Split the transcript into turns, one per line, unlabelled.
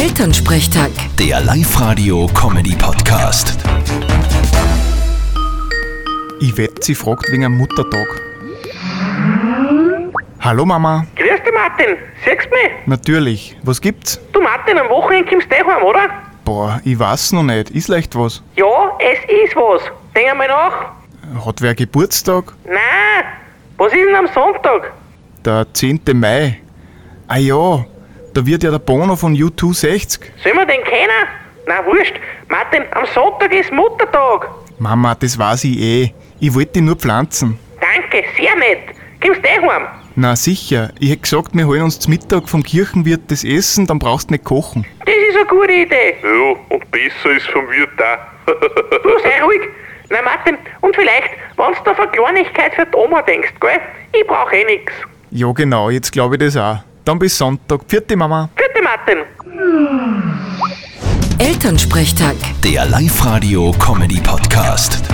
Elternsprechtag.
Der Live-Radio-Comedy-Podcast.
Yvette, sie fragt wegen einem Muttertag. Hallo Mama,
Grüß dich, Martin. Siehst du mich?
natürlich, was gibt's?
Du, Martin, am Wochenende kommst du eh heim, oder?
Boah, ich weiß noch nicht, ist leicht was.
Ja, es ist was. Denk einmal nach.
Hat wer Geburtstag?
Nein. Was ist denn am Sonntag?
Der 10. Mai. Ah ja, da wird ja der Bono von U2 60.
Soll man den kennen? Na, wurscht. Martin, am Sonntag ist Muttertag.
Mama, das weiß ich eh. Ich wollte die nur pflanzen.
Danke, sehr nett. Kommst du eh heim?
Na sicher, ich hätte gesagt, wir holen uns zum Mittag vom Kirchenwirt das Essen, dann brauchst du nicht kochen.
Das ist eine gute Idee.
Ja, und besser ist vom Wirt auch.
Du sei ruhig. Na, Martin, und vielleicht, wenn du auf eine Kleinigkeit für die Oma denkst, gell? Ich brauch eh nix.
Ja genau, jetzt glaube ich das auch. Dann bis Sonntag. Vierte Mama.
Bitte, Martin.
Elternsprechtag.
Der Live-Radio-Comedy-Podcast.